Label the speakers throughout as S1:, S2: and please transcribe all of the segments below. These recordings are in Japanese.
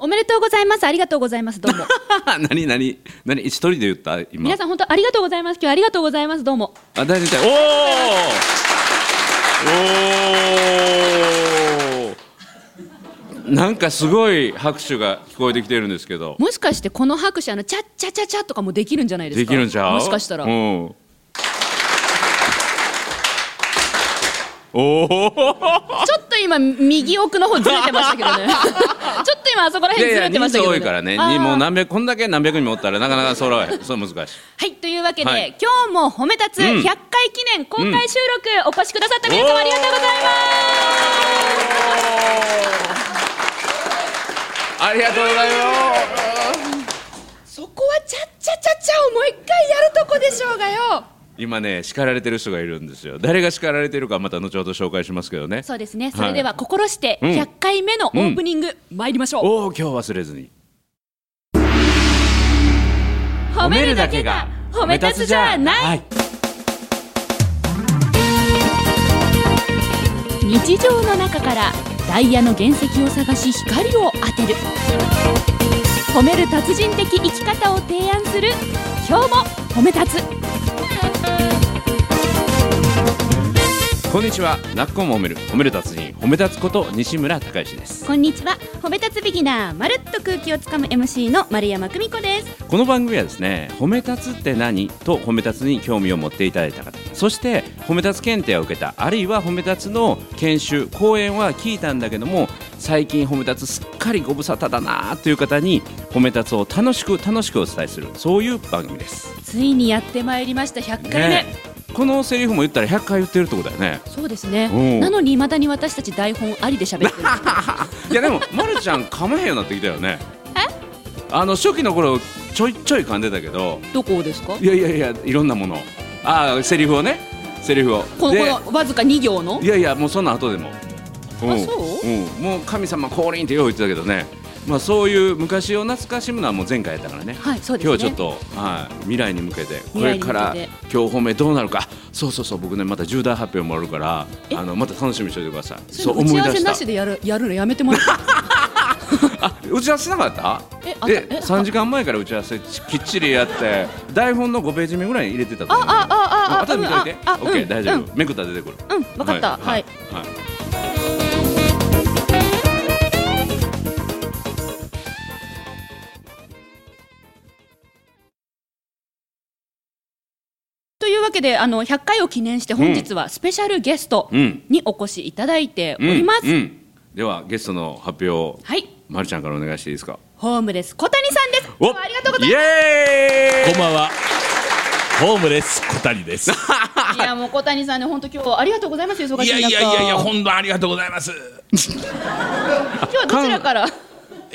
S1: おめでとうございます。ありがとうございます。 どうも。
S2: 何何何一人で言った今
S1: 皆さん本当ありがとうございます。今日はありがとうございます。どうも。
S2: あ大丈夫大丈夫おーおーなんかすごい拍手が聞こえてきてるんですけど
S1: もしかしてこの拍手あのチャッチャチャチャとかもできるんじゃないです
S2: で
S1: か。
S2: きるんちゃう
S1: もしかしたら。
S2: うん、おお
S1: ちょっと今右奥の方ずれてましたけど ね。 ちょっと今あそこら
S2: いや
S1: 辺
S2: い
S1: ず
S2: や
S1: れて
S2: 人
S1: ましたけ
S2: 数
S1: ど、
S2: 多
S1: ね。
S2: いからね
S1: あー
S2: にもう何百こんだけ何百人もおったらなかなか揃えそう難しい
S1: はいというわけで、
S2: はい
S1: 今日も褒め立つ
S2: うん
S1: 100回記念公開収録、お越しくださった皆様ありがとうござい
S2: ありがとうございます
S1: ます。そこはチャッチャチャチャをもう一回やるとこでしょうがよ。
S2: 今ね叱られてる人がいるんですよ誰が叱られてるかまた後ほど紹介しますけどね
S1: そうですね。それでは心して
S2: うん
S1: 100回目のオープニング、参りましょう。
S2: おお今日忘れずに
S1: 褒めるだけが褒め立つじゃない、
S2: はい
S1: 日常の中からダイヤの原石を探し光を当てる褒める達人的生き方を提案する今日も褒め立つ
S2: こんにちはなっこも褒める褒める達人褒め立つこと西村孝之です
S1: こんにちは褒め立つビギナーまるっと空気をつかむ MC の丸山久美子です
S2: この番組はですね褒め立つって何と褒め立つに興味を持っていただいた方そして褒め立つ検定を受けたあるいは褒め立つの研修講演は聞いたんだけども最近褒め立つすっかりご無沙汰だなという方に褒め立つを楽しく楽しくお伝えするそういう番組です、
S1: ついにやってまいりました100回目、
S2: ねこのセリフも言ったら100回言ってるってことだよね
S1: そうですね
S2: うん
S1: なのに未だに私たち台本ありで喋 ってる
S2: いや でも、ま、るちゃん噛まへんようになってきたよねあの初期の頃ちょいちょい噛んでたけど
S1: どこをですか
S2: いやいやいやいろんなものああセリフをねセリフを
S1: こ
S2: で
S1: のこのわずか2行の
S2: いやいやもうそんな後でも、ん、
S1: そうん
S2: もう神様降臨ってよう言ってたけどねまあそういう昔を懐かしむのはもう前回やったからね、
S1: はいそうですね
S2: 今日ちょっと、はい、未来に向けてこ
S1: 未来
S2: れ
S1: に向けて
S2: から今日方面どうなるかそうそうそう僕ねまた重大発表もあるから
S1: え
S2: あのまた楽しみにしておいてください
S1: そういうの打ち合わせなし
S2: で
S1: でやるやるのやめてもらっていいですか
S2: あ打ち合わせなかった
S1: えあった
S2: で
S1: え
S2: 3時間前から打ち合わせきっちりやって台本の5ページ目ぐらいに入れてたと思う
S1: ああああ
S2: 後で見といて
S1: あああ
S2: OK 大丈
S1: うん
S2: 夫めくったら出てくる
S1: うん分かったはい
S2: はい
S1: というわけであの100回を記念して本日はスペシャルゲスト
S2: うん
S1: にお越しいただいております、
S2: うんうんではゲストの発表を、
S1: はい
S2: まるちゃんからお願いしていいですか
S1: ホームレス小谷さんです今日はありがとうござい
S2: イエー
S3: こ
S2: イ
S3: んばんは。ホームレス小谷です。
S1: ますいやもう小谷さんね本当今日はありがとうございます忙しい中
S3: いやいやいやいや、本当ありがとうございます。
S1: 今日はどちらから
S3: い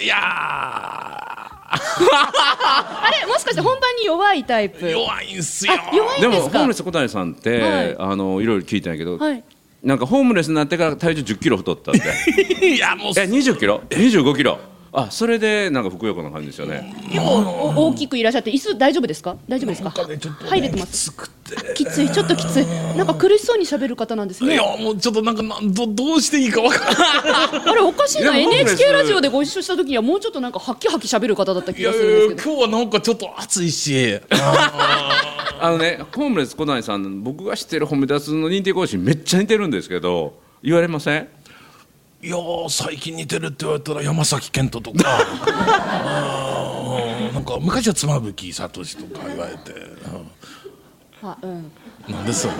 S3: や
S1: あれもしかして本番に弱いタイプ
S3: ー、弱いんすよ。
S1: あ弱い
S2: で
S1: いい
S2: も
S1: です
S2: ホ
S1: か
S2: ームレス小谷さんって、
S1: はい
S2: あのいろいろ聞いたんやけど、
S1: はい
S2: なんかホームレスになってから体重10キロ太 ったって
S3: いや、もう、
S2: え20キロ25キロあそれでなんかふくよかな感じですよね
S1: おお大きくいらっしゃって椅子大丈夫ですか大丈夫ですか
S3: なんかねちょっとね
S1: 入れてま
S3: き
S1: す
S3: つくて。
S1: あきついちょっときついなんか苦しそうに喋る方なんです
S3: い
S1: ね
S3: や、もうちょっとなんか、なんど、どうしていいかわからない。
S1: あれおかしいない
S2: やホームレス
S1: NHK ラジオでご一緒した時にはもうちょっとなんかハキハキ喋る方だった
S3: い
S1: 気
S3: や
S1: が
S3: い
S1: す
S3: や
S1: るん
S3: いや、
S1: ですけ
S3: 今
S1: ど
S3: 日はなんかちょっと暑いし。
S2: あのねホームレス小谷さん僕が知ってる褒め立つの認定講師めっちゃ似てるんですけど言われません
S3: いやー、最近似てるって言われたら、山崎賢人 とか。うんなんか、昔は妻夫木聡とか言われて。
S1: あうん
S3: うんなんでそれ。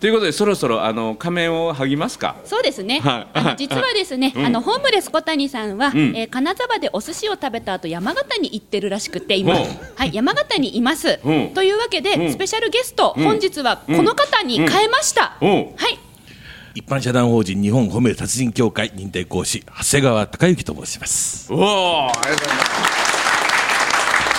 S2: ということでそろそろあの仮面を剥ぎますか
S1: そうですね。
S2: はい
S1: あ
S2: は
S1: の
S2: い
S1: 実はですね、あのホームレス小谷さんは、えー金沢でお寿司を食べた後山形に行ってるらしくて今、
S2: うん
S1: はい山形にいます。
S2: うん
S1: というわけで、
S2: うん
S1: スペシャルゲスト、
S2: ん
S1: 本日はこの方に変えました。
S2: うんうん
S1: はい。
S3: 一般社団法人日本褒める達人協会認定講師長谷川隆之と申します
S2: おおありがとうございま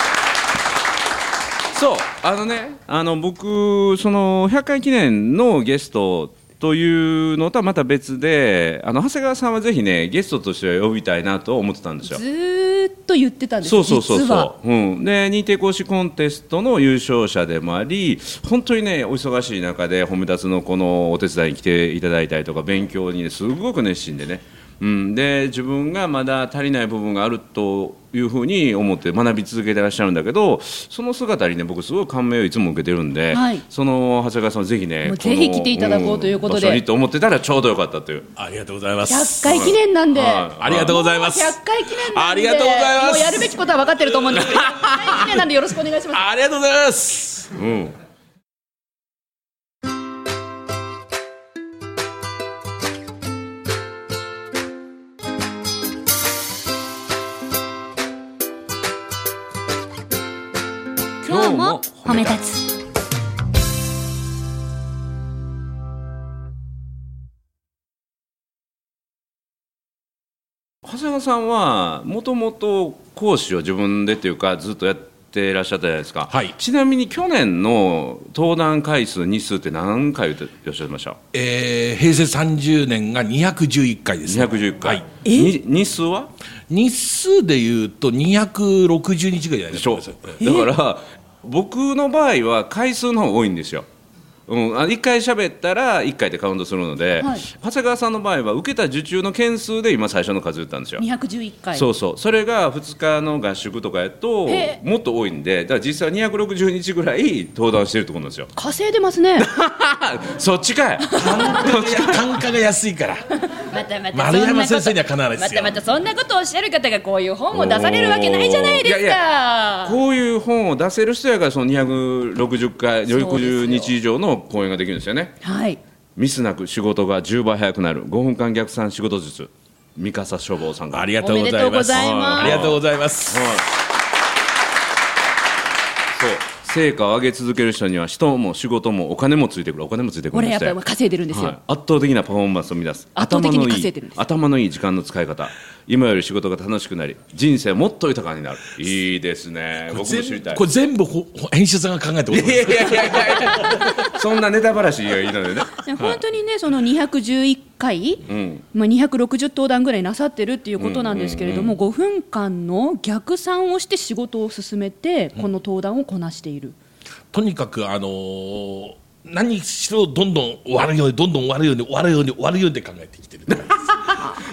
S2: すそうあのねあの僕その100回記念のゲストというのとはまた別であの長谷川さんはぜひねゲストとしては呼びたいなと思ってたんですよ
S1: ずーっと言ってたんです。
S2: そうそうそう
S1: 実は
S2: そう、うん、で認定講師コンテストの優勝者でもあり本当にねお忙しい中で褒め立つのこのお手伝いに来ていただいたりとか勉強にねすごく熱心でねうん、で自分がまだ足りない部分があるというふうに思って学び続けてらっしゃるんだけどその姿にね僕すごい感銘をいつも受けてるんで、
S4: はい
S2: その長谷川さんぜひね
S1: もうぜひ来ていただこうということで
S2: ん場所にと思ってたらちょうどよかったという
S3: ありがとうございま
S1: 100
S3: す。
S1: 回記念なんで、
S2: はい
S3: ありがとうございます。
S1: 100回記念なんで
S3: ありがとうございます
S1: もうやるべきことは分かってると思うんですけど100回記念なんでよろしくお願いします
S3: ありがとうございます。
S2: うん
S4: 今日も褒め立つ
S2: 長谷川さんはもともと講師を自分でというかずっとやってらっしゃったじゃないですか、
S3: はい
S2: ちなみに去年の登壇回数日数って何回言っていらっしゃいました
S3: えー、平成30年が211回です、
S2: 211回、
S3: はい
S2: に日数は
S3: 日数でいうと260日ぐらいじゃないで
S2: で
S3: し
S2: しょだから僕の場合は回数の方が多いんですよ。うん、あ1回喋ったら1回でカウントするので、
S1: はい
S2: 長谷川さんの場合は受けた受注の件数で今最初の数言ったんですよ。
S1: 211回
S2: そうそうそれが2日の合宿とかやと
S1: へ
S2: もっと多いんでだから実際は260日ぐらい登壇してるってことなんですよ
S1: 稼いでますね
S2: そっちかい
S3: 単価が安いから
S1: またまた
S3: 丸山先生にはかなわないですよ
S1: またまたそんなことをおっしゃる方がこういう本を出されるわけないじゃないですか
S2: おーいやいこういう本を出せる人やからその260回60日以上の講演ができるんですよね
S1: はい
S2: ミスなく仕事が10倍早くなる5分間逆算仕事術三笠書房さんが
S3: ありがとうござ
S1: おめで
S3: い
S1: とうご
S3: ます
S1: ざいます
S3: ありがとうございます
S2: はいそう成果を上げ続ける人には人も仕事もお金もついてくるお金もついてく
S1: こ
S2: る
S1: れやっ
S2: で
S1: ぱり稼いでるんですよ、
S2: はい、圧倒的なパフォーマンスを生み出す
S1: 圧倒的に稼いでるんです
S2: 頭のいい頭のいい時間の使い方今より仕事が楽しくなり人生もっと豊かになるいいですね僕も知りたい
S3: これ全部ほほ編集さんが考えてこと
S2: いやいやいやいやそんなネタばらしがいいのでね
S1: ね本当にね、その211回、
S2: ん
S1: まあ、260登壇ぐらいなさってるっていうことなんですけれども、5分間の逆算をして仕事を進めて、この登壇をこなしている。
S3: とにかくあのー何しろどんどん終わるようにどんどん終わるように終わるように終わるようにって考えてきてる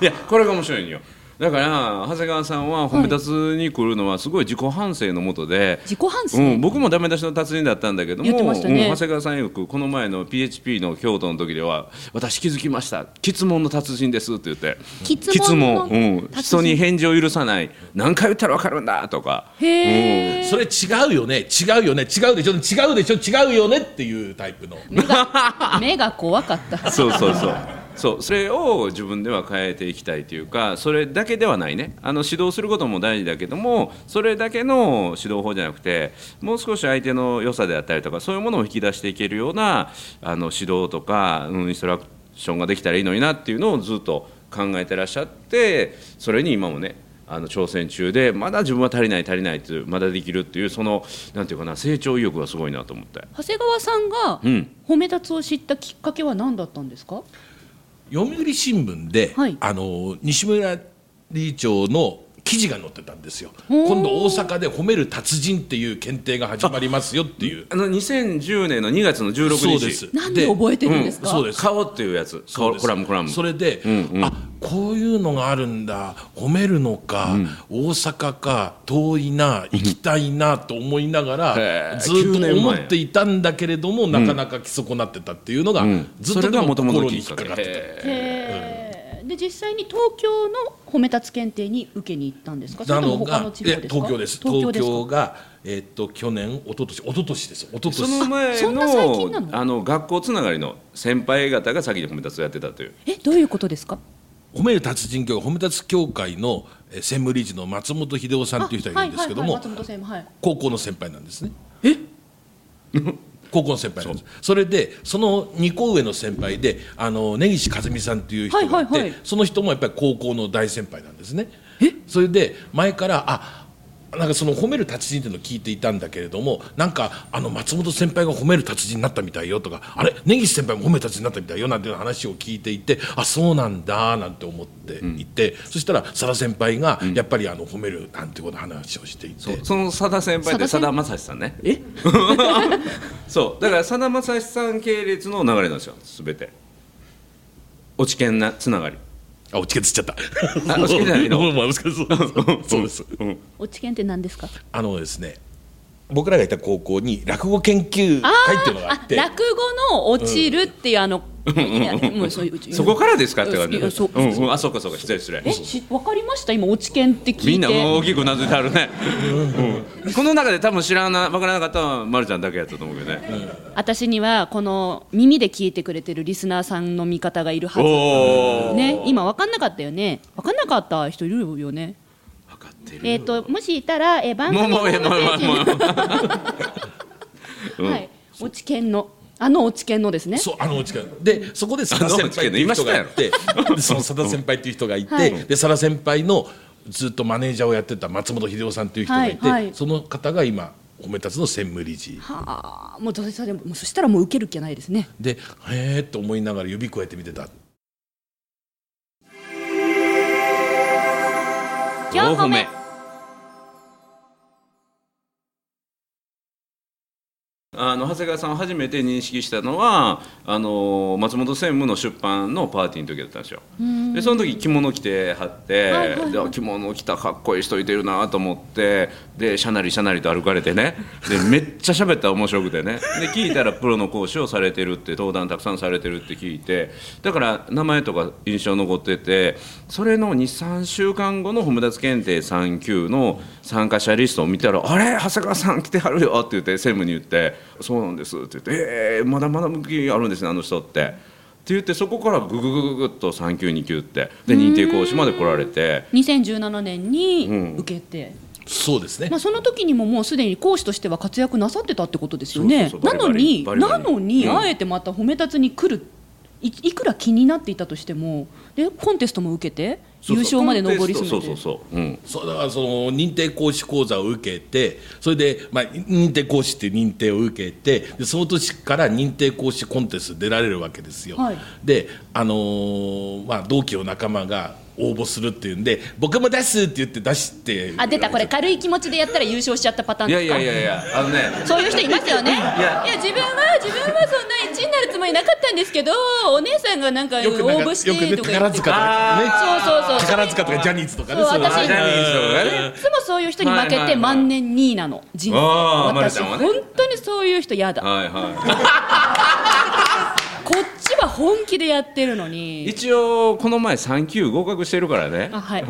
S2: いやこれが面白いんよだから長谷川さんは褒め立つに来るのはすごい自己反省のもとで、
S1: 自己反省、
S2: うん、僕もダメ出しの達人だったんだけども、
S1: 言ってましたね
S2: うん長谷川さんよくこの前の PHP の京都の時では私気づきました質問の達人ですって言って
S1: 詰
S2: 問うん、
S1: 達
S2: 人
S1: 人
S2: に返事を許さない何回言ったら分かるんだとか
S1: へえ、
S3: それ違うよね違うよね違うでしょ違うでしょ違うよねっていうタイプの
S1: 目が目が怖かった。
S2: そうそうそうそうそれを自分では変えていきたいというかそれだけではないねあの指導することも大事だけどもそれだけの指導法じゃなくてもう少し相手の良さであったりとかそういうものを引き出していけるようなあの指導とか、うん、インストラクションができたらいいのになっていうのをずっと考えてらっしゃってそれに今もねあの挑戦中でまだ自分は足りない足りないっていうまだできるっていうそのなんていうかな成長意欲がすごいなと思って。
S1: 長谷川さんが
S2: うん
S1: 褒め立つを知ったきっかけは何だったんですか、
S3: 読売新聞で、
S1: はい
S3: あの西村理事長の記事が載ってたんですよ
S1: ほう
S3: 今度大阪で褒める達人っていう検定が始まりますよっていう
S2: あの2010年の2月の16日
S3: そうです
S1: なんで覚えてるんですか、
S3: そうです
S2: 顔っていうやつ
S3: そうです
S2: コラムコラム
S3: それで、
S2: うん
S3: あこういうのがあるんだ褒めるのか、大阪か遠いな行きたいなと思いなが
S2: へえ
S3: らずっ
S2: 9
S3: と
S2: 年
S3: 思
S2: 前
S3: っていたんだけれどもなかなか来損なってたっていうのが、
S2: うん
S3: ずっと
S2: それ
S3: で
S2: が
S3: も
S2: 元々の
S3: 心
S2: きっ
S3: に引っ
S2: か
S3: か
S2: け
S3: かってた。
S1: へえで実際に東京の褒め立つ検定に受けに行ったんですかそれ
S3: な
S1: とも
S3: の
S1: 他
S3: が
S1: の地方です
S3: え
S1: か
S3: 東京です
S1: 東
S3: 東
S1: 京
S3: 京
S1: ですか
S3: が、えーっと去年一昨年一昨年です一昨
S2: そ
S3: 年
S2: の前
S1: そんな最近な
S2: の
S1: の
S2: あの学校つながりの先輩方が先に褒めたつをやってたという
S1: えどういうことですか
S3: 褒める達人協会褒め立つ協会のえー専務理事の松本秀夫さんっていう人がいるんですけども、
S1: あはいはいはい松本専務はい
S3: 高校の先輩なんですね 高校の先輩なんですそれでその2校上の先輩であの根岸和美さんという人がいて、
S1: はいはいはい
S3: その人もやっぱり高校の大先輩なんですねそれで前からあなんかその褒める達人っていうのを聞いていたんだけれどもなんかあの松本先輩が褒める達人になったみたいよとかあれ根岸先輩も褒める達人になったみたいよなんていう話を聞いていてあそうなんだなんて思っていて、そしたら沙羅先輩がやっぱりあの褒めるなんてこと話をしていて、
S2: そのさだ先輩で
S1: さ
S2: さ
S1: だ
S2: だまさしさんね そうだからさだまさしさん系列の流れなんですよすべて落ち研なつながり
S3: あ、おちけつっちゃった。
S2: あおちけじゃないの
S3: もうまあおちけそうそうそうです。
S2: うん
S1: お知見って何ですか
S3: あのですね、僕らがいた高校に落語研究会っていうのがあ
S1: あ
S3: って、
S1: 落語の落ちるっていうあの、いやもうそういう
S2: そこからですかって感じ。
S1: うんそう
S2: うんうんあ、そうかそうか失礼失礼。
S1: えし分かりました今落ち見って聞いて
S2: みんな大きくうなずいてあるね。うんこの中で多分知らなわからなかったのはまるちゃんだけやったと思うけどね。
S1: 私にはこの耳で聞いてくれてるリスナーさんの味方がいるはず
S2: おお。
S1: ね、今分かんなかったよね分かんなかった人いるよね
S2: 分かってる。
S1: えっ、ともしいたら、えー番組
S2: もうもうええもうもうもう。 う
S1: はい落ち見のあの落ち見のですね
S3: そうあのおちけでそこで佐田先輩っていう人がいてでその佐田先輩っていう人がいて、
S1: はい
S3: で佐田先輩のずっとマネージャーをやってた松本秀夫さんっていう人がいて、
S1: はいはい
S3: その方が今褒め立つの専務理事
S1: はあもうどうせそれもうそしたらもう受ける気はないですね
S3: でへえと思いながら指くわえて見てた
S2: 今日褒め。あの長谷川さんを初めて認識したのはあの松本専務の出版のパーティーの時だったんですよでその時着物着てはって、
S1: はいはいはい
S2: であ着物着たかっこいい人いてるなと思ってでしゃなりしゃなりと歩かれてねでめっちゃ喋ったら面白くてねで聞いたらプロの講師をされてるって登壇たくさんされてるって聞いてだから名前とか印象残っててそれの23週間後の褒め立つ検定3級の参加者リストを見たら「あれ長谷川さん来てはるよ」って言って専務に言って「そうなんです」って言って「えー、まだまだ向きあるんですねあの人って」って言ってそこからグググググっと3級2級ってで認定講師まで来られて
S1: 2017年に受けて、
S3: そうですね
S1: まあ、その時にももうすでに講師としては活躍なさってたってことですよね
S2: そうそうそう
S1: なのに
S2: バリバリバリバリ
S1: なのに、
S2: うん
S1: あえてまた褒め立つに来るいいくら気になっていたとしてもでコンテストも受けて優勝まで上り詰めて
S2: そうそうそう、うん、
S3: そうだからその認定講師講座を受けてそれで、まあ、認定講師っていう認定を受けてでその年から認定講師コンテスト出られるわけですよ、
S1: はい
S3: で、あのーまあ、同期の仲間が応募するっていうんで僕も出すって言って出して
S1: あ出たこれ軽い気持ちでやったら優勝しちゃったパターン
S2: い
S1: で
S2: や
S1: すか
S2: いやいやいやあのね
S1: そういう人いますよねいや
S2: や
S1: 自分は自分はそんな1位になるつもりなかったんですけどお姉さんがなんか応
S3: よくなんか
S1: 募して
S3: よくね
S1: とか言
S3: 宝
S1: って
S3: 塚とかね
S1: そうそうそう
S3: 宝塚とかジャニーズとかね
S1: そう
S3: の
S1: 私
S2: ジャニーズとかね
S1: いつもそういう人に負け
S2: はいはいは
S1: て
S2: い
S1: 万年2位なの人生
S2: あーまる
S1: 私
S2: ちゃん
S1: 本
S2: はね
S1: 当にそういう人嫌だ
S2: はいは
S1: こっちは本気でやってるの
S2: い、
S1: に
S2: 一応この前3級合格してるからね
S1: あはい、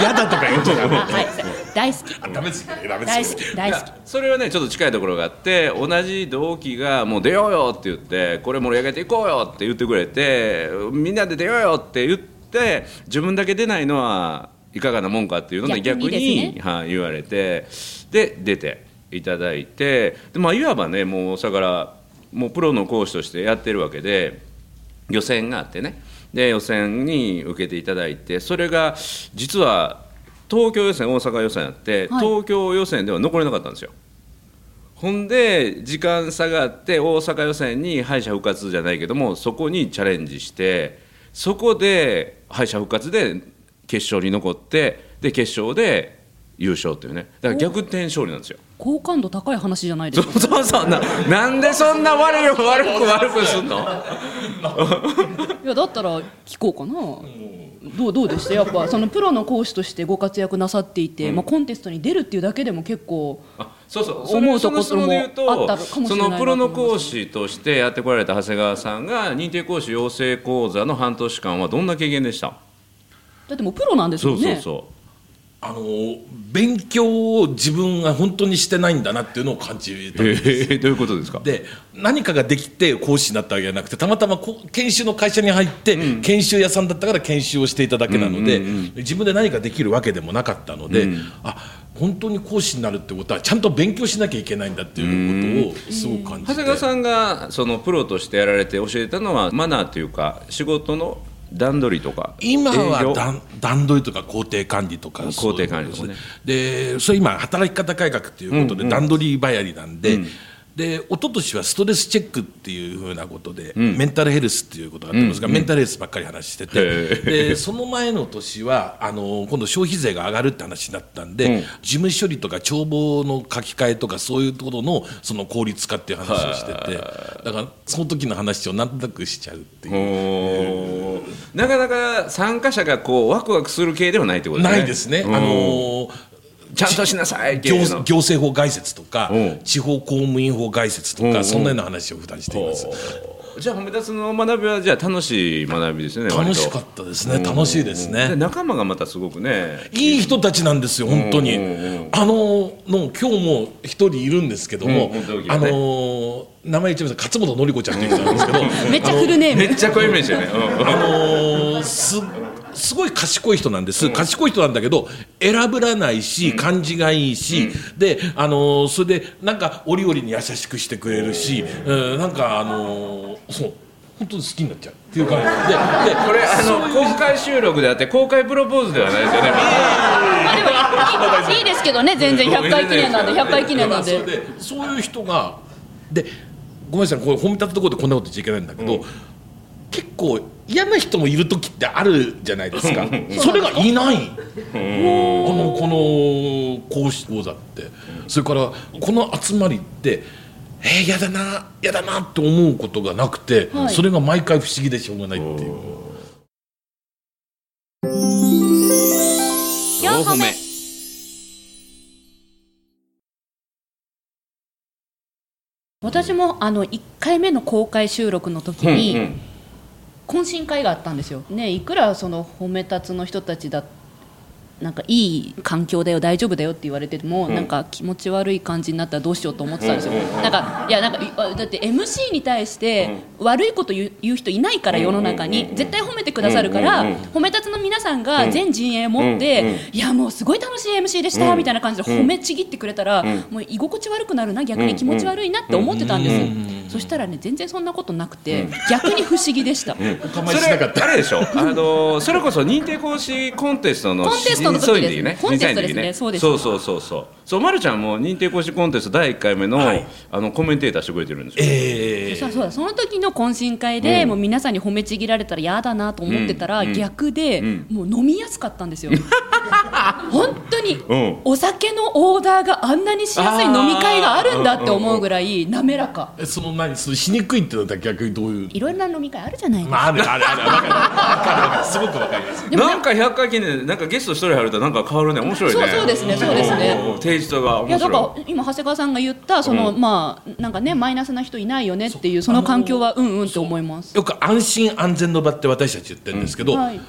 S3: 嫌だとか言っちゃダ
S1: あ
S3: メ
S1: はい大好き
S3: ダメですよダメで
S1: 大
S3: す
S1: 好
S3: よ
S1: き大好き
S2: それはねちょっと近いところがあって同じ同期が「もう出ようよ」って言って「これ盛り上げていこうよ」って言ってくれて「みんなで出ようよ」って言って自分だけ出ないのはいかがなもんかっていうので
S1: 逆
S2: 逆
S1: に
S2: に
S1: ですね
S2: はい、言われてで出ていただいてで、まあ、いわばねもうだからもうプロの講師としてやってるわけで。予選があってねで予選に受けていただいてそれが実は東京予選大阪予選あって、
S1: はい
S2: 東京予選では残れなかったんですよほんで時間差があって大阪予選に敗者復活じゃないけどもそこにチャレンジしてそこで敗者復活で決勝に残ってで決勝で優勝っていうねだから逆転勝利なんですよ
S1: 好感度高い話じゃないで
S2: そ
S1: すか
S2: うそうそうななんでそんな悪い悪く悪くすんの
S1: いやだったら聞こうかなどうどうでしたやっぱそのプロの講師としてご活躍なさっていて、まあ、コンテストに出るっていうだけでも結構
S2: あそうそう
S1: 思うところも
S2: それその質問で言う
S1: あったかもしれない
S2: そ
S1: なと思います
S2: のプロの講師としてやってこられた長谷川さんが認定講師養成講座の半年間はどんな経験でした
S1: だってもうプロなんです
S2: そ
S1: よ
S2: うそ
S1: ね
S2: うそ
S3: あの勉強を自分が本当にしてないんだなっていうのを感じた
S2: う、えー、どういうことですか
S3: で何かができて講師になったわけじゃなくてたまたまこう研修の会社に入って、研修屋さんだったから研修をしていただけなので、自分で何かできるわけでもなかったので、あ本当に講師になるってことはちゃんと勉強しなきゃいけないんだっていうことをすごく感じて、
S2: 長谷川さんがそのプロとしてやられて教えたのはマナーというか仕事の段取りとか
S3: 今
S2: 営業
S3: は段段取りとか工程管理とか
S2: 工程管理ですね
S3: でそれ今働き方改革ということで段取りばやりなんで、で一昨年はストレスチェックっていうふうなことで、メンタルヘルスっていうことがあってますが、メンタルヘルスばっかり話してて
S2: へ
S3: でその前の年はあの今度消費税が上がるって話になったんで、事務処理とか帳簿の書き換えとかそういうところのその効率化っていう話をしててだからその時の話をなんとなくしちゃうっていう。
S2: おーなかなか参加者がこうワクワクする系ではないってことね
S3: ないですね、
S2: うん
S3: あのー
S2: ちゃんとしなさいって
S3: 行
S2: いうの
S3: 行政法概説とか
S2: うん
S3: 地方公務員法概説と
S2: うんう
S3: か
S2: ん
S3: そんなような話を普段しています
S2: じゃあ褒め立つの学びはじゃあ楽しい学びですよね
S3: 楽しかったですね楽しいで
S2: た
S3: す
S2: で
S3: ね
S2: 仲間がまたすごくね
S3: いい人たちなんですよ本当に
S2: うんうんうん
S3: あのの今日も一人いるんですけども
S2: うん同期
S3: あ
S2: が
S3: の
S2: ね
S3: ー名前言っちゃいました勝本典子ちゃんという人なんですけど
S1: めっちゃフルネーム
S2: めっちゃ濃いめでしたよね、うん
S3: あのーすすごい賢い人なんです、賢い人なんだけど選ぶらないし感じがいいし、で、あのーそれでなんか折々に優しくしてくれるし、うん、なんかあのーそう本当に好きになっちゃうっていう感じでで
S2: これあの公開収録であって公開プロポーズではないですよね。
S1: あで もいいいいですけどね全然100回記念なんで100回記念なん
S3: それ
S1: で
S3: でそういう人がでごめんなさいこれ褒め立つところでこんなこと言っちゃいけないんだけど、結構嫌な人もいる時ってあるじゃないですかそれがいないこのこの講師講座ってそれからこの集まりってえー、嫌だな嫌だなって思うことがなくて、
S1: はい
S3: それが毎回不思議でしょうがないっていう
S4: 4歩目
S1: 私もあの1回目の公開収録の時に、
S2: うんうん
S1: 懇親会があったんですよ、ね、いくらその褒め立つの人たちだなんかいい環境だよ大丈夫だよって言われても、なんか気持ち悪い感じになったらどうしようと思ってたんですよ、なんかいやなんかいあだって MC に対して悪いこと言う言う人いないから世の中に、絶対褒めてくださるから、褒め立つの皆さんが全陣営持って、いやもうすごい楽しい MC でした、みたいな感じで褒めちぎってくれたら、もう居心地悪くなるな逆に気持ち悪いなって思ってたんですよ、そしたらね全然そんなことなくて、逆に不思議でした。
S3: お構いし
S2: そ
S3: なかっ
S2: れ
S3: た
S2: あれでしょ。あのそれこそ認定講師コンテストの
S1: コンテストの時です
S2: 審査員
S1: コンテストですね
S2: 審査員の時
S1: そ
S2: そうう
S1: です
S2: そうそうそう。そうまるちゃんも認定講師コンテスト第一回目の、
S3: はい
S2: あのコメンテーターしてくれてるんですよ。
S3: え
S1: そう
S3: ー
S1: だそうだその時の懇親会で、もう皆さんに褒めちぎられたら嫌だなと思ってたら、
S2: うんうん
S1: 逆で、
S2: ん
S1: もう飲みやすかったんです よ本当に、
S2: ん
S1: お酒のオーダーがあんなにしやすい飲み会があるんだって思うぐらい滑らか
S3: えその何そのしにくいってのは逆にどういう
S1: いろんな飲み会あるじゃないですか、
S3: まああるあるあるわかるわかるわかるすごくわかります
S2: なんか100回記念でなんかゲスト一人入るとなんか変わるね面白いね。
S1: そうそうですねそうですね
S2: うん。テイストが
S1: いやだ
S2: 面白
S1: から今長谷川さんが言ったその、まあなんかねマイナスな人いないよねっていうその環境はうんうんと思います
S3: よく安心安全の場って私たち言ってるんですけど、
S1: うんはい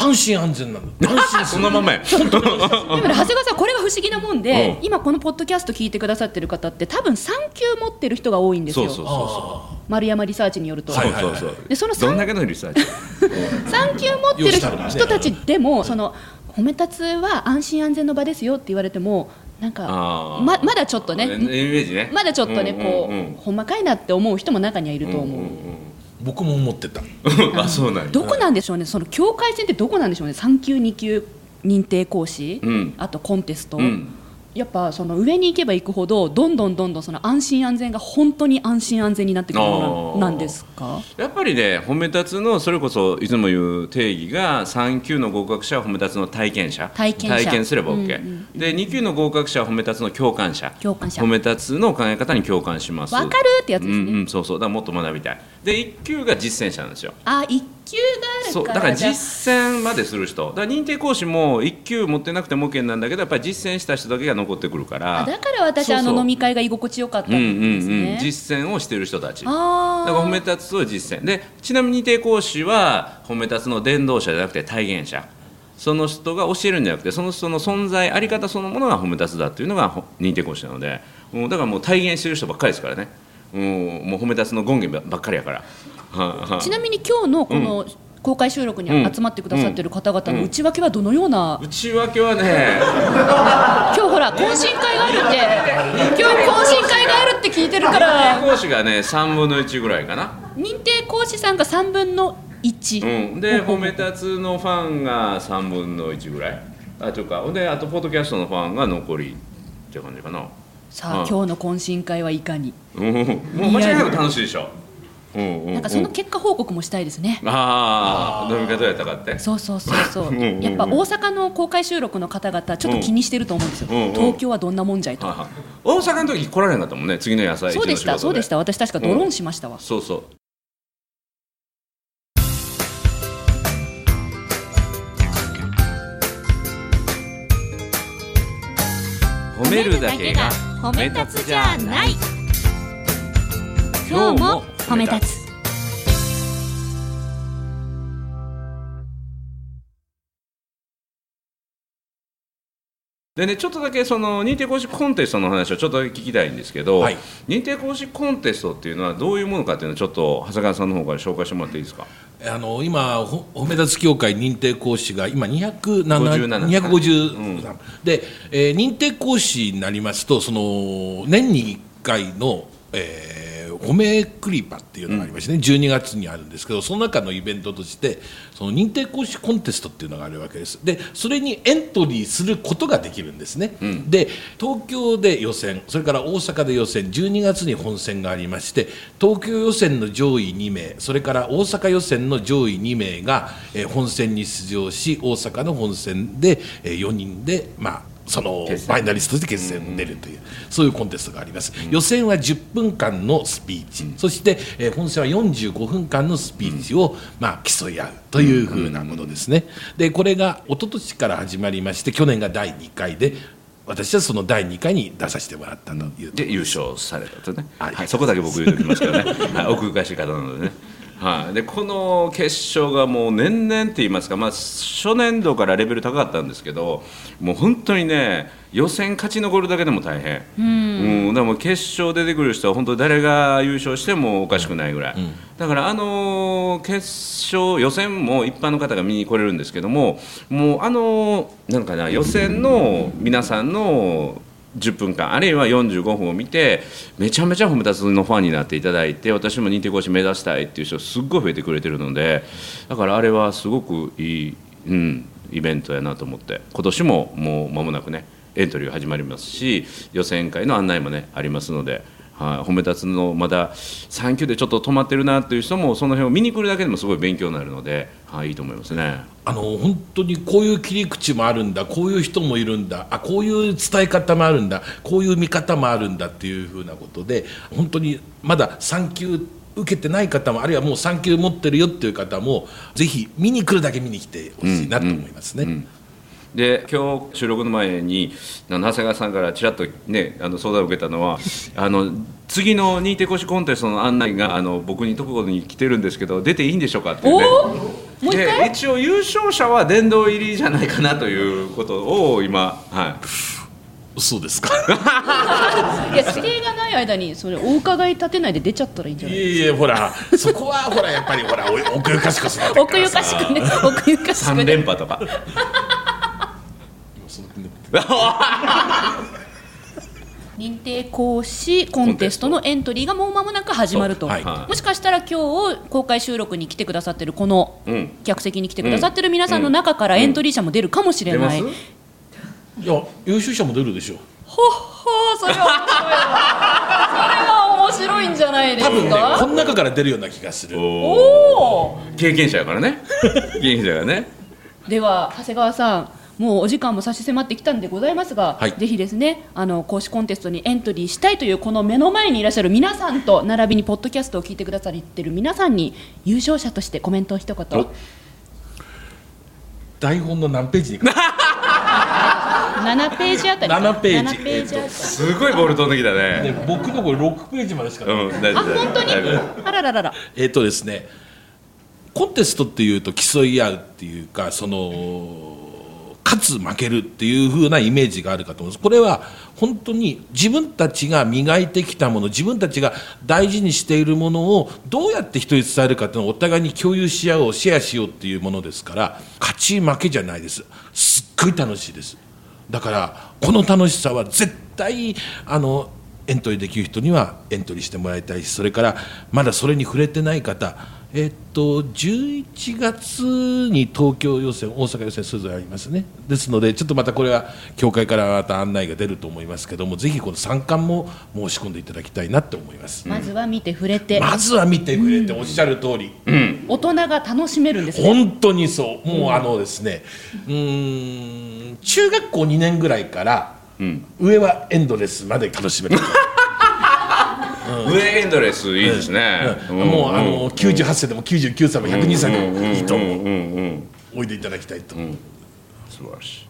S3: 安心安全なんだ安心
S2: い。そのままや。
S1: でもね長谷川さんこれが不思議なもんで、
S2: う
S1: 今このポッドキャスト聞いてくださってる方って多分3級持ってる人が多いんです
S2: そ
S1: よ
S2: うそうそう
S1: 丸山リサーチによると、
S3: はい
S2: そうそうそう。
S1: でその
S2: どん
S1: 3
S2: だけのリサーチ。
S1: 級持ってる
S3: 吉田のね
S1: 人たちでも、その褒め立つは安心安全の場ですよって言われてもなんか
S2: あー
S1: ままだちょっと
S2: イメ
S1: ね
S2: ージね。
S1: まだちょっとね、
S2: うん
S1: こ
S2: う
S1: う、
S2: んうん
S1: ほんまかいなって思う人も中にはいると思う、
S3: 僕も思ってた
S2: あそうなんや
S1: どこなんでしょうねその境界線ってどこなんでしょうね3級2級認定講師、
S2: うん
S1: あとコンテスト、
S2: うん
S1: やっぱその上に行けば行くほどどんどんどんどんその安心安全が本当に安心安全になってくるもの
S2: あー
S1: なんなんですか
S2: やっぱりね褒め立つのそれこそいつも言う定義が3級の合格者は褒め立つの体験者
S1: 体験者
S2: すれば OK、で2級の合格者は褒め立つの共感者
S1: 共感者
S2: 褒め立つの考え方に共感します
S1: わかるってやつですね、
S2: うんうんそうそうだからもっと学びたいで1級が実践者なんですよ
S1: あ一級
S2: そう
S1: があるから
S2: だから
S1: じゃあ
S2: 実践までする人だから認定講師も1級持ってなくても OK なんだけどやっぱり実践した人だけが残ってくるから
S1: あだから私
S2: そうそう
S1: あの飲み会が居心地よかったん
S2: うん
S1: です
S2: うん
S1: ね、
S2: うん、実践をしてる人たち
S1: あ
S2: だ
S1: ー
S2: から褒め立つと実践でちなみに認定講師は褒め立つの伝道者じゃなくて体現者その人が教えるんじゃなくてその人の存在あり方そのものが褒め立つだっていうのがほ認定講師なので、うん、だからもう体現してる人ばっかりですからね、うん、もう褒め立つの権限ばばっかりやから、はいは い
S1: ちなみに今日のこの公開収録に集まってくださってる方々の内訳はどのような、
S2: 内訳はね
S1: 今日ほら懇親会があるって今日懇親会があるって聞いてるか
S2: 認定
S1: ら
S2: 講師がね3分の1ぐらいかな、
S1: 認定講師さんが3分の1、
S2: うん、で褒め立つのファンが3分の1ぐらいあというかほんであとポッドキャストのファンが残りって感じかな
S1: さあ、
S2: うん
S1: 今日の懇親会はいかに、
S2: うんもう間違いなく楽しいでしょ。うんうんう
S1: なんかその結果報告もしたいですね、
S2: ああ飲み方やったかって。
S1: そうそうそうそう
S2: うんうん
S1: やっぱ大阪の公開収録の方々ちょっと気にしてると思うんですよ、
S2: うんうん
S1: 東京はどんなもんじゃいと、
S2: はいはい 大阪の時来られなかったもんね次の野菜
S1: そうでしたそうでしたた私確かドローンしましたわ、
S2: そうそう褒めるだけが褒め立つじゃない
S4: 今日も褒め立つ
S2: でね、ちょっとだけその認定講師コンテストの話をちょっとだけ聞きたいんですけど、
S3: はい
S2: 認定講師コンテストっていうのはどういうものかっていうのをちょっと長谷川さんの方から紹介してもらっていいですか
S3: あの今ほ褒め立つ協会認定講師が今207
S2: 57
S3: 250、
S2: うん
S3: で、えー認定講師になりますとその年に1回の、えー褒めクリパっていうのがありましてね、12月にあるんですけどその中のイベントとしてその認定講師コンテストっていうのがあるわけですでそれにエントリーすることができるんですね、で東京で予選それから大阪で予選12月に本選がありまして東京予選の上位2名それから大阪予選の上位2名が、えー本戦に出場し大阪の本戦で、え4人でまあそのフ
S2: 決戦
S3: ァイナリストとして決戦に出るという、そういうコンテストがあります、予選は10分間のスピーチ、そして、えー本戦は45分間のスピーチを、まあ、競い合うというふうなものですね、でこれが一昨年から始まりまして去年が第2回で私はその第2回に出させてもらったという
S2: で優勝されたとね、
S3: はい
S2: はい、そこだけ僕言うときますけどね、はい、奥ゆかしい方なのでね、はい、でこの決勝がもう年々って言いますか、まあ、初年度からレベル高かったんですけどもう本当にね予選勝ち残るだけでも大変うん、だからもう決勝出てくる人は本当に誰が優勝してもおかしくないぐらい、だからあのー決勝予選も一般の方が見に来れるんですけどももうあのーなんかな予選の皆さんの10分間あるいは45分を見てめちゃめちゃ褒め立つのファンになっていただいて私も認定講師目指したいっていう人すっごい増えてくれてるのでだからあれはすごくいい、うん、イベントやなと思って今年ももう間もなくねエントリーが始まりますし予選会の案内もねありますので。はい、褒め立つのまだ3級でちょっと止まってるなっていう人もその辺を見に来るだけでもすごい勉強になるので、はい、いいと思いますね。
S3: あの本当にこういう切り口もあるんだこういう人もいるんだあこういう伝え方もあるんだこういう見方もあるんだっていうふうなことで本当にまだ産休受けてない方もあるいはもう産休持ってるよっていう方もぜひ見に来るだけ見に来てほしいなと思いますね。
S2: で今日収録の前にあの長谷川さんからちらっとねあの相談を受けたのはあの次の認定講師コンテストの案内があの僕に特に来てるんですけど出ていいんでしょうかっていうね
S1: おもう一
S2: で
S1: 回
S2: 一応優勝者は殿堂入りじゃないかなということを今、は
S3: そうですか
S1: いや指定がない間にそれお伺い立てないで出ちゃったらいいんじゃ
S3: い
S1: ない
S3: えいえほらそこはほらやっぱりほらお奥ゆかしく育ってから
S1: 奥ゆかしくね奥ゆか
S2: い、
S1: しく
S2: 3
S1: ね
S2: 連覇とか
S3: その
S1: 認定講師コンテストのエントリーがもう間もなく始まると、
S3: そうはい
S1: もしかしたら今日公開収録に来てくださってるこの
S2: うん
S1: 客席に来てくださってる皆さんの中からエントリー者 も出るかもしれ
S2: 出ま
S1: な
S2: す
S1: い、
S3: いや優秀者も出るでしょう
S1: ほっほーそれは面白いわそれは面白いんじゃないです
S3: 多
S1: か
S3: 分ねこの中から出るような気がする
S1: おー
S2: 経験者やからね経験者がね
S1: では長谷川さんもうお時間も差し迫ってきたんでございますが、
S3: はい
S1: ぜひですねあの講師コンテストにエントリーしたいというこの目の前にいらっしゃる皆さんと並びにポッドキャストを聞いてくださってる皆さんに優勝者としてコメントを一言
S3: 台本の何ページに書いて
S1: 7ページあたり
S3: 7ページ
S1: 7ページあたり
S2: すごいボール飛んできた
S3: あ
S2: ね
S3: るね僕のこれ6ページまでしか
S2: う
S3: ない
S2: ん大丈
S1: あ
S2: 夫
S1: 本当に
S2: 大丈夫
S1: あらららら
S3: えっ、とですねコンテストっていうと競い合うっていうかその勝つ負けるっていう風なイメージがあるかと思いますこれは本当に自分たちが磨いてきたもの自分たちが大事にしているものをどうやって人に伝えるかっていうのをお互いに共有し合おうシェアしようっていうものですから勝ち負けじゃないですすっごい楽しいですだからこの楽しさは絶対あのエントリーできる人にはエントリーしてもらいたいしそれからまだそれに触れてない方えっと11月に東京予選大阪予選それぞれありますねですのでちょっとまたこれは協会からまた案内が出ると思いますけどもぜひこの参観も申し込んでいただきたいなと思います、
S1: まずは見て触れて
S3: まずは見てくれておっしゃる通り、
S1: 大人が楽しめるんですね
S3: 本当にそうもうあのですねうーん中学校2年ぐらいから、上はエンドレスまで楽し める、
S2: ウェイエンドレスいいですね、
S3: うんもうあの98歳でも99歳も102歳でもいいと思う
S2: うんうんうん
S3: おいでいただきたいと、
S2: 素晴らし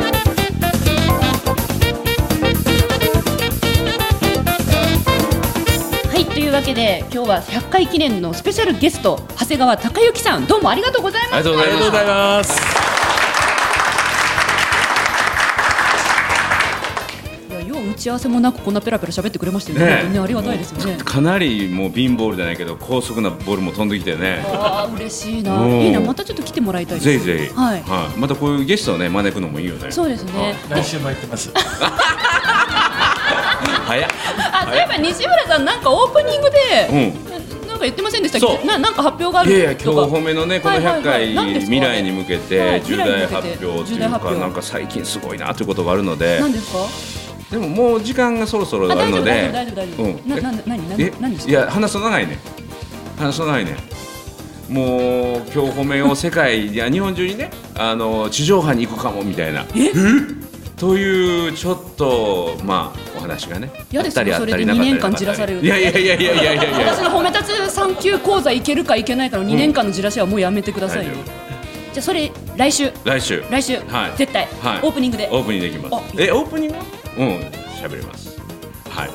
S2: い
S1: わけで今日は100回記念のスペシャルゲスト長谷川隆之さんどうもありがとうございま
S2: ありがとうご
S1: し
S2: ざ
S1: た
S2: いま
S3: りがとうございます
S1: いやよう打ち合わせもなくこんなペラペラ喋ってくれましたよね
S2: ね
S1: 本当にねありがたいですよね
S2: かなりもう貧乏じゃないけど高速なボールも飛んできてね
S1: ああ嬉しいな
S2: うん
S1: いいなまたちょっと来てもらいたいです
S2: ぜひぜひ、
S1: はい
S2: またこういうゲストをね招くのもいいよね
S1: そうですね
S3: 来週もやってます
S2: 早っ
S1: あそういえば西村さんなんかオープニング
S2: う
S1: で
S2: ん
S1: なんか言ってませんでした
S2: そ
S1: っ
S2: う
S1: けななんか発表があ
S2: いやいや
S1: る
S2: 今日
S1: とか
S2: 褒めのねこの100
S1: はいは
S2: 回
S1: いはい何ですか
S2: 未来に向け
S1: は
S2: て
S1: い
S2: 重
S1: 未来に向け
S2: 大
S1: て
S2: 発表って
S1: 重
S2: い
S1: 大
S2: うか
S1: 発表
S2: なんか最近すごいなってことがあるので
S1: 何ですか
S2: でももう時間がそろそろ
S1: あ
S2: あ
S1: 大
S2: る
S1: 丈
S2: の
S1: 夫
S2: で
S1: 大丈夫大丈夫
S2: うん
S1: ななな何
S2: え
S1: 何何です
S2: い
S1: か
S2: や話さないね話さないねもう今日褒めを世界いや日本中にねあの地上波に行くかもみたいなえというちょっとまあお話がね
S1: 嫌ですよ
S2: あったりあったり
S1: それで
S2: なかったり
S1: 2年間じらされる
S2: いやいやいやいやいやいやいや
S1: 私の褒め立つ三級講座行けるか行けないかの2年間のじらしはもうやめてくださいよ
S2: 大丈
S1: じゃあそれ来週
S2: 来週
S1: 来週
S2: はい
S1: 絶対
S2: はい
S1: オープニングで
S2: オープニングできま
S1: あ
S2: すえオープニングうん喋りますはい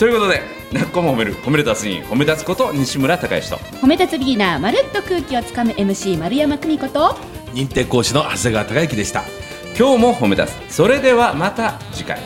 S2: ということでなっこも褒める褒め立つに褒め立つこと西村孝之と
S1: 褒め立つビギナーまるっと空気をつかむ MC 丸山久美子と
S3: 認定講師の長谷川隆之でした
S2: 今日も褒め立つそれではまた次回